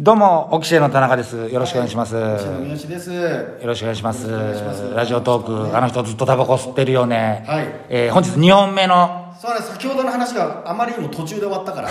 どうも、オキシエの田中です。よろしくお願いします。私の三好です。よろしくお願いしますよろしくお願いしますラジオトーク、あの人ずっとタバコ吸ってるよね。はいえー本日2本目の、そうね、先ほどの話があまりにも途中で終わったから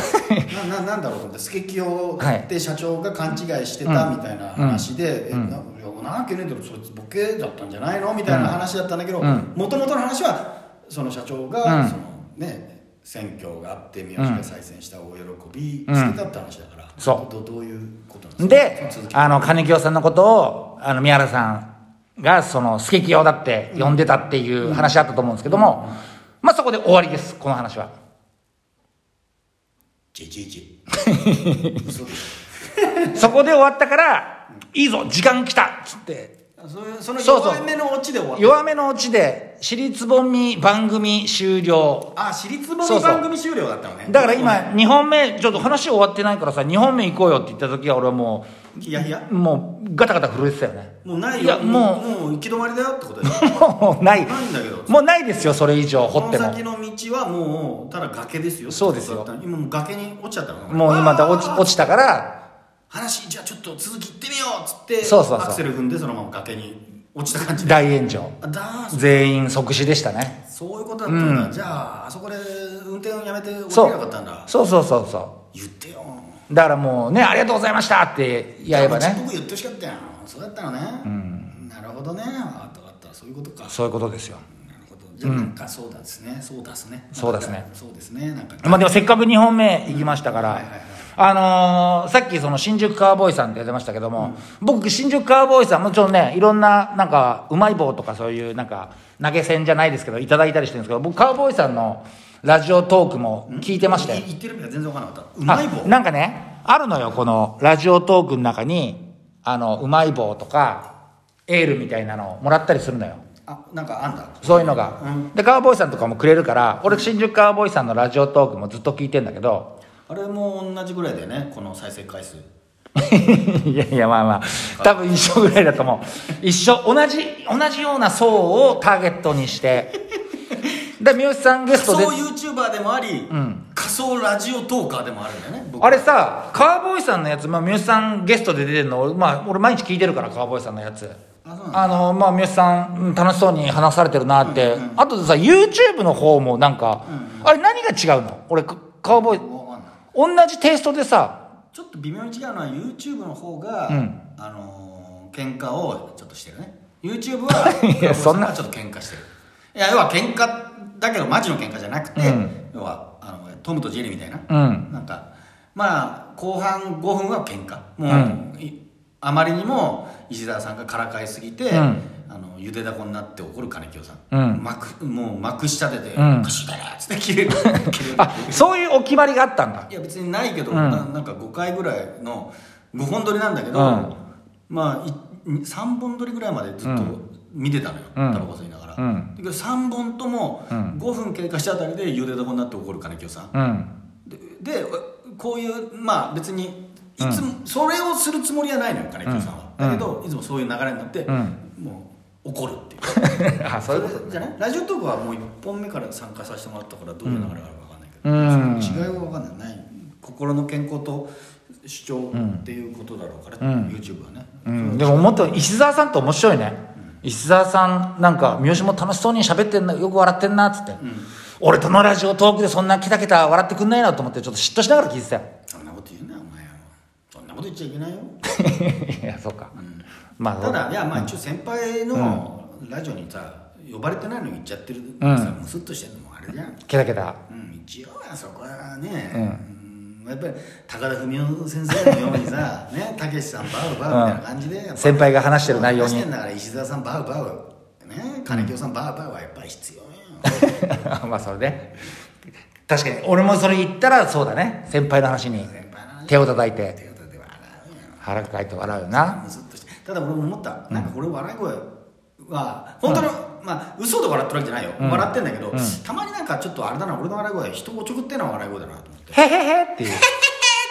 なななんだろうと思ってスケキヨって社長が勘違いしてたみたいな話で「えなんかいやなんかねえだろそいつボケだったんじゃないの?」みたいな話だったんだけどもともとの話はその社長が、そのね選挙があって三好が再選したお喜びしてたって話だから、そうどどういうことなんでですかその続、きあの、金清さんのことを、あの、宮原さんが、その、スケキヨだって呼んでたっていう話あったと思うんですけども、まあ、そこで終わりです、この話は。じじじ 嘘でしょそこで終わったから、いいぞ、時間来たっつって、それそのそうそう弱めのオチで終わった弱めのオチで、尻つぼみ番組終了。あ私立ぼそうみそう番組終了だったのねだから今、2本目、ちょっと話終わってないからさ、2本目行こうよって言った時は、俺はもう、いやいやもうガタガタ震えてたよね もうないよやもうもう行き止まりだよってことでし ょうもうないないんだけどもうないですよそれ以上掘こってのも先の道はもうただ崖ですよそうですよってことだった今もう崖に落ちちゃったのもう今だ落ちあー落ちたから話じゃあちょっと続き行ってみようっつってそうそうそうアクセル踏んでそのまま崖に落ちた感じ大炎上あだーそ全員即死でしたねそういうことだったんだ、じゃああそこで運転をやめて降そりれなかうったんだそうそうそうそ言ってようだからもうねありがとうございましたってやればじゃあうちっねぽく言ってほしかったよそうだったのね、なるほどねあ分かったそういうことかそういうことですよなるほどじゃあなんかそうだですね、そうだすねそうですねそうですねなんかまあでもせっかく2本目行きましたから、はいはいはいあのーさっきその新宿カーボーイさんって出ましたけども、僕新宿カーボーイさんもちろんねいろんななんかうまい棒とかそういうなんか投げ銭じゃないですけどいただいたりしてるんですけど僕カーボーイさんのラジオトークも聞いてましたよい言ってる意味が全然わからなかったうまい棒あなんかねあるのよこのラジオトークの中にあのうまい棒とかエールみたいなのをもらったりするのよあなんかあんだそういうのが、うんでカーボーイさんとかもくれるから俺新宿カーボーイさんのラジオトークもずっと聞いてんだけどあれも同じぐらいだよねこの再生回数 いやいやまあまあ多分一緒ぐらいだと思う一緒同じ同じような層をターゲットに してで三好さんゲ仮ストで想 YouTuber でもあり、仮想ラジオトーカーでもあるんだよね僕あれさカーボーイさんのやつ、まあ、三好さんゲストで出てるの俺,、まあ、俺毎日聞いてるからカーボーイさんのやつあそうなんあのまあ三好さんうん楽しそうに話されてるなって、あとさ YouTube の方もなんか、あれ何が違うの俺カカーボーイわかんない同じテイストでさちょっと微妙に違うのは YouTube の方が、んあのー喧嘩をちょっとしてるね YouTube は いやそんなちょっと喧嘩してるいや要は喧嘩だけどマジの喧嘩じゃなくて、うん要はあのトムとジェリーみたいな、うんなんかまあ後半5分は喧嘩もう、ういあまりにも石澤さんがからかいすぎて、うんあのゆでだこになって怒る金清さん、うん幕もう幕下でで「うんおかしいだな」っつって切 れる切れるあそういうお決まりがあったんだいや別にないけど、うんななんか5回ぐらいの5本撮りなんだけど、うんまあ3本撮りぐらいまでずっと見てたのよ、うんタバコ吸いながら、うんだけど3本とも5分経過したあたりでゆでどこになって怒る金清さんうんででこういうまあ別にいつもそれをするつもりはないのよ金清さんは、うんだけどいつもそういう流れになって、んもう怒るってい うあそそうれいうことじゃないラジオトークはもう1本目から参加させてもらったからどういう流れがあるか分かんないけうど、ん違いは分かんないない心の健康と主張っていうことだろうから、YouTube はね、うん、でももっと石澤さんって面白いね、石澤さんなんか三好も楽しそうに喋ってんなよく笑ってんなっつって、俺とのラジオトークでそんなケタケタ笑ってくんないなと思ってちょっと嫉妬しながら聞い てたよそんなこと言うなお前はそんなこと言っちゃいけないよいやそうか、まあただいやまあ一応先輩のラジオにさ呼ばれてないのに行っちゃってるうんさムスッとしてるのもあれじゃん、ケタケタ うん、一応はそこはね、うんやっぱり高田文雄先生のよう にさねたけしさんバウバウみたいな感じで、やっぱり先輩が話してる内容に話してんだから石澤さんバウバウね金清さんバウバウはやっぱり必要よまあそれで確かに俺もそれ言ったらそうだね先輩の話に先輩の話手を叩いて手を叩いて笑うよ腹抱えて笑うよなむずっとしてただ俺も思ったなんかこれ笑い声は本当に、まあ嘘で笑ってるわけじゃないよ、笑ってんだけど、たまになんかちょっとあれだな俺の笑い声は人をちょくってのは笑い声だなと思ってへへへっていうっ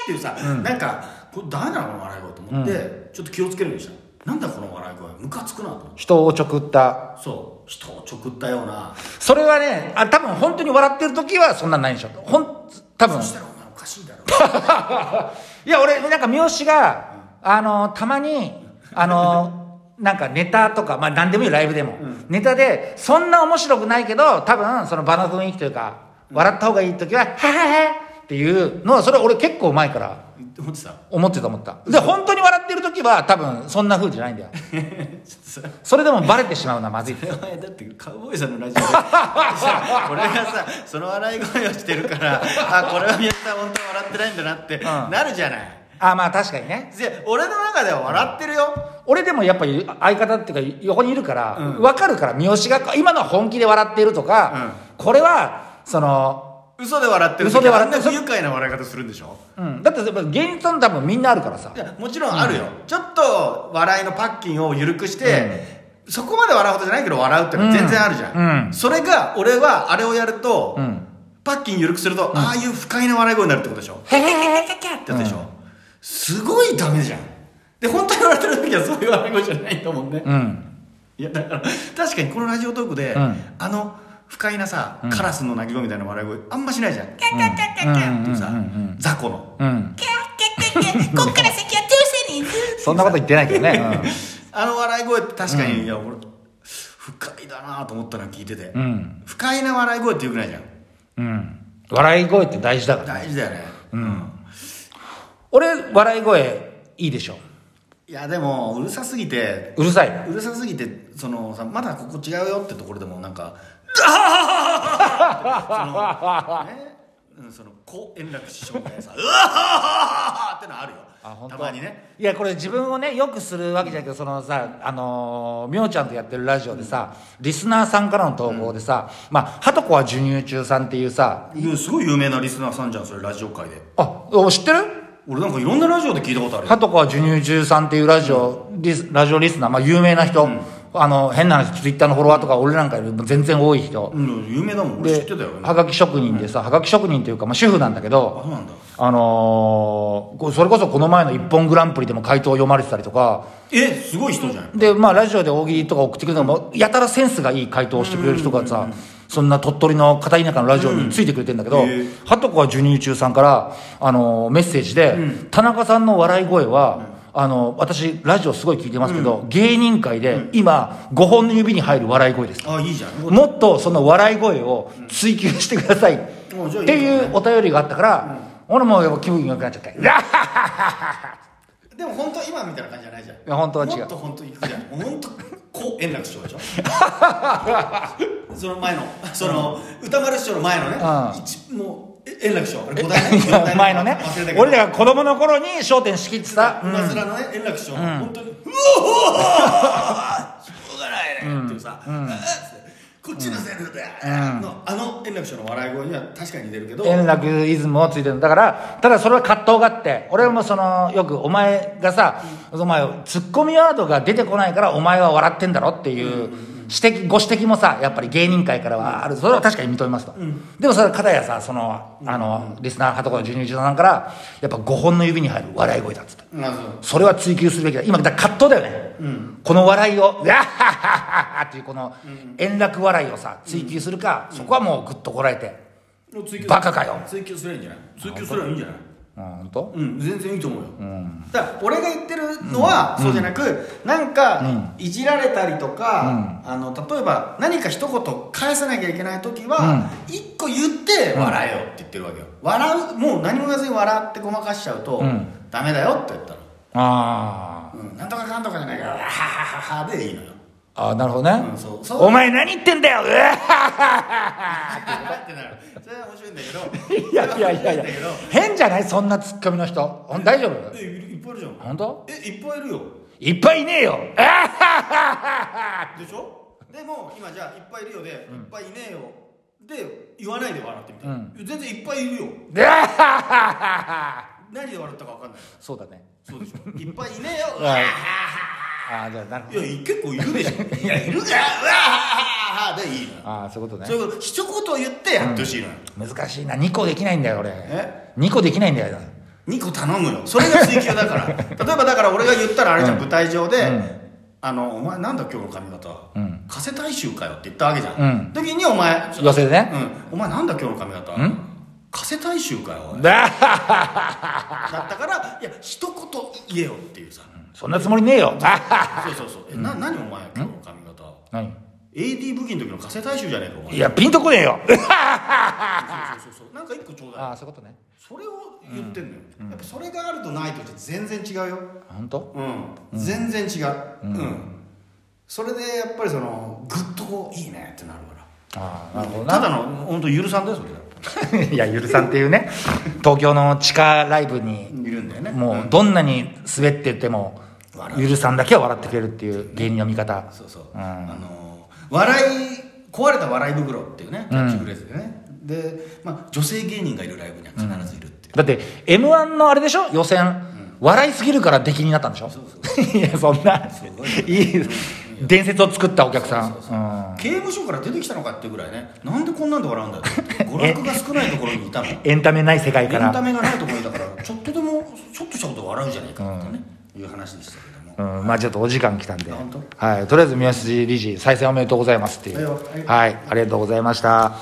ていうさ、なんかこれ誰なのこの笑い声と思って、ちょっと気をつけるようにしたなんだこの笑い声ムカつくなと思って人をちょくったそう人をちょくったようなそれはねあ多分本当に笑ってる時はそんなんないでしょほん多分 そしたらお前おかしいだろいや俺なんか三好が、あのたまにあのなんかネタとか、まあ、何でもいいライブでも、うん、ネタでそんな面白くないけど多分その場の雰囲気というか、うん、笑った方がいい時は「はははっていうのはそれ俺結構前から思ってた思ってた思ったで本当に笑ってる時は多分そんなふうじゃないんだよそれでもバレてしまうのはまずいだってカウボーイさんのラジオで さ俺がさその笑い声をしてるからあこれは宮田さん本当は笑ってないんだなって、うん、なるじゃないあまあ確かにね俺の中では笑ってるよ、うん、俺でもやっぱり相方っていうか横にいるから、うん、分かるから三好が今のは本気で笑っているとか、うん、これはその嘘で笑ってる嘘で笑ってる不愉快な笑い方するんでしょ、うん、だって芸人の多分みんなあるからさもちろんあるよ、ちょっと笑いのパッキンを緩くして、そこまで笑うことじゃないけど笑うっていうのは全然あるじゃん、それが俺はあれをやると、パッキン緩くすると、ああいう不快な笑い声になるってことでしょへへへへへってやつでしょ、すごいダメじゃん。で、本当に笑ってる時はそういう笑い声じゃないと思うね。うん。いや、だから、確かにこのラジオトークで、うん、あの、不快なさ、うん、カラスの鳴き声みたいな笑い声、あんましないじゃん。キャキャキャキャキャってさ、雑魚の。キャキャキャキャ、こっから先はどうせにそんなこと言ってないけどね。うん、あの笑い声って確かに、いや、俺、不快だなと思ったの聞いてて、不快な笑い声ってよくないじゃん。うん。笑い声って大事だから、ね。大事だよね。うん。俺笑い声いいでしょいやでもうるさすぎてうるさいうるさすぎてそのさまだここ違うよってところでもなんか「あその、ね、その高円楽師匠みた いなさ「うわはってのあるよたまにねいやこれ自分をねよくするわけじゃなくてそのさあのみ、ー、おちゃんとやってるラジオでさ、うん、リスナーさんからの投稿でさ、うん、まあはとこは授乳中さんっていうさすごい有名なリスナーさんじゃんそれラジオ界であ知ってる俺なんかいろんなラジオで聞いたことあるはとこは授乳中さんっていうラジオ、うん、リスラジオリスナー、まあ、有名な人、うん、あの変な話ツイッターのフォロワーとか俺なんかよりも全然多い人、うん、有名だもん俺知ってたよ、ね、はがき職人でさ、はがき職人というか、まあ、主婦なんだけどあなんだあのー、それこそこの前の「一本グランプリ」でも回答を読まれてたりとかえすごい人じゃんでまあラジオで大喜利とか送ってくるのもやたらセンスがいい回答をしてくれる人がさ、そんな鳥取の片田舎のラジオについてくれてんだけど、うんえー、はとこは授乳中さんから、あのー、メッセージで、うん、田中さんの笑い声は、うん、あのー、私、ラジオすごい聞いてますけど、芸人界で今、5本の指に入る笑い声です。あ、いいじゃん。もっとその笑い声を追求してください。っていうお便りがあったから、俺もやっぱ気分良くなっちゃって、でも本当今みたいな感じじゃないじゃん。いや、本当は違う。もっと本当行くじゃん。本当、こう、円楽師匠でしょその前の、その、歌丸師匠の前のね、うん、もう、円楽師匠、5代目、 5代目。前 のね、俺らが子供の頃に『笑点』仕切ってた。うま、ん、ずらのね、円楽師匠、うん、本当に、うおほーしょうがないね、っていうさ、うん、こっちのせいで、うん、のあの円楽師匠の笑い声には確かに似てるけど円楽イズムをついてるだからただそれは葛藤があって俺もそのよくお前がさ、うん、お前ツッコミワードが出てこないからお前は笑ってんだろっていう,、指摘ご指摘もさやっぱり芸人界からはある、うん、それは確かに認めますと、でもそれは片やさそのあの、リスナーはとこの授乳中さんからやっぱ5本の指に入る笑い声だっつってそれは追求するべきだ今だ葛藤だよね、この笑いを「やっはっはっは」っていうこの円楽笑い笑いをさ追求するか、うん、そこはもうグッとこらえて、うん、バカかよ追求すればいいんじゃない追求すればいいんじゃないあ本当うん全然いいと思うよ、うん、だから俺が言ってるのは、うん、そうじゃなく、うん、なんかいじられたりとか、あの例えば何か一言返さなきゃいけない時は、一個言って笑えよって言ってるわけよ、笑うもう何も言わずに笑ってごまかしちゃうと、ダメだよって言ったのああ、うん、なんとかかんとかじゃないから「はははは」でいいのよあなるほどね、お前何言ってんだ ようわってなるそれは面白いんだけどいやいやいやいや変じゃないそんなツッコミの人大丈夫えいっぱいいるじゃん本当えいっぱいいるよいっぱいいねえ よでしょでも今じゃあいっぱいいるよで、いっぱいいねえよで言わないで笑ってみた、う全然いっぱいいるよ何で笑ったか分かんないそうだねそうでし ょいっぱいいねえよわあじゃなるほどいや結構いるでしょいやいるかうわあでいいのあそういうことねそういうこと一言言ってやってほしいのよ、うん、難しいな2個できないんだよ俺え2個できないんだよ2個頼むよそれが追求だから例えばだから俺が言ったらあれじゃん、うん、舞台上で、うん、あのお前なんだ今日の髪型、うん、加瀬大衆かよって言ったわけじゃん、時にお前寄せでね、うん、お前なんだ今日の髪型、加瀬大衆かよおいだったからいや一言言えよっていうさ、そんなつもりねえよそうそうそうえな何お前今日の髪型 何 AD 武器の時の加瀬大衆じゃねえかお前いやピンとこねえよそうそうそうなんか一個ちょうだいああそういうことねそれを言ってんのよ、やっぱそれがあるとないとじゃ全然違うよ本当うん、全然違ううん、それでやっぱりそのグッとこういいねってなるからああなるほどなただの本当ゆるさんだよそれ いやゆるさんっていう ね東京の地下ライブにいるんだよねもうどんなに滑ってても笑うゆるさんだけは笑ってくれるっていう芸人の見方そうそう、うんあのー笑い壊れた笑い袋っていうねキャッチフレーズでね、で、まあ、女性芸人がいるライブには必ずいるっていう、だって m 1のあれでしょ予選、笑いすぎるから出禁になったんでしょ いやそんなごいい伝説を作ったお客さんうん刑務所から出てきたのかっていうぐらいねなんでこんなんで笑うんだよって娯楽が少ないところにいたのエンタメない世界かエンタら、メがないところにいたからちょっとでもちょっとしたことで笑うじゃないかってね、いう話でしたけども、うん、まあちょっとお時間来たんで、あ本はい、とりあえず宮筋理事再選おめでとうございますっていうはいはい、ありがとうございました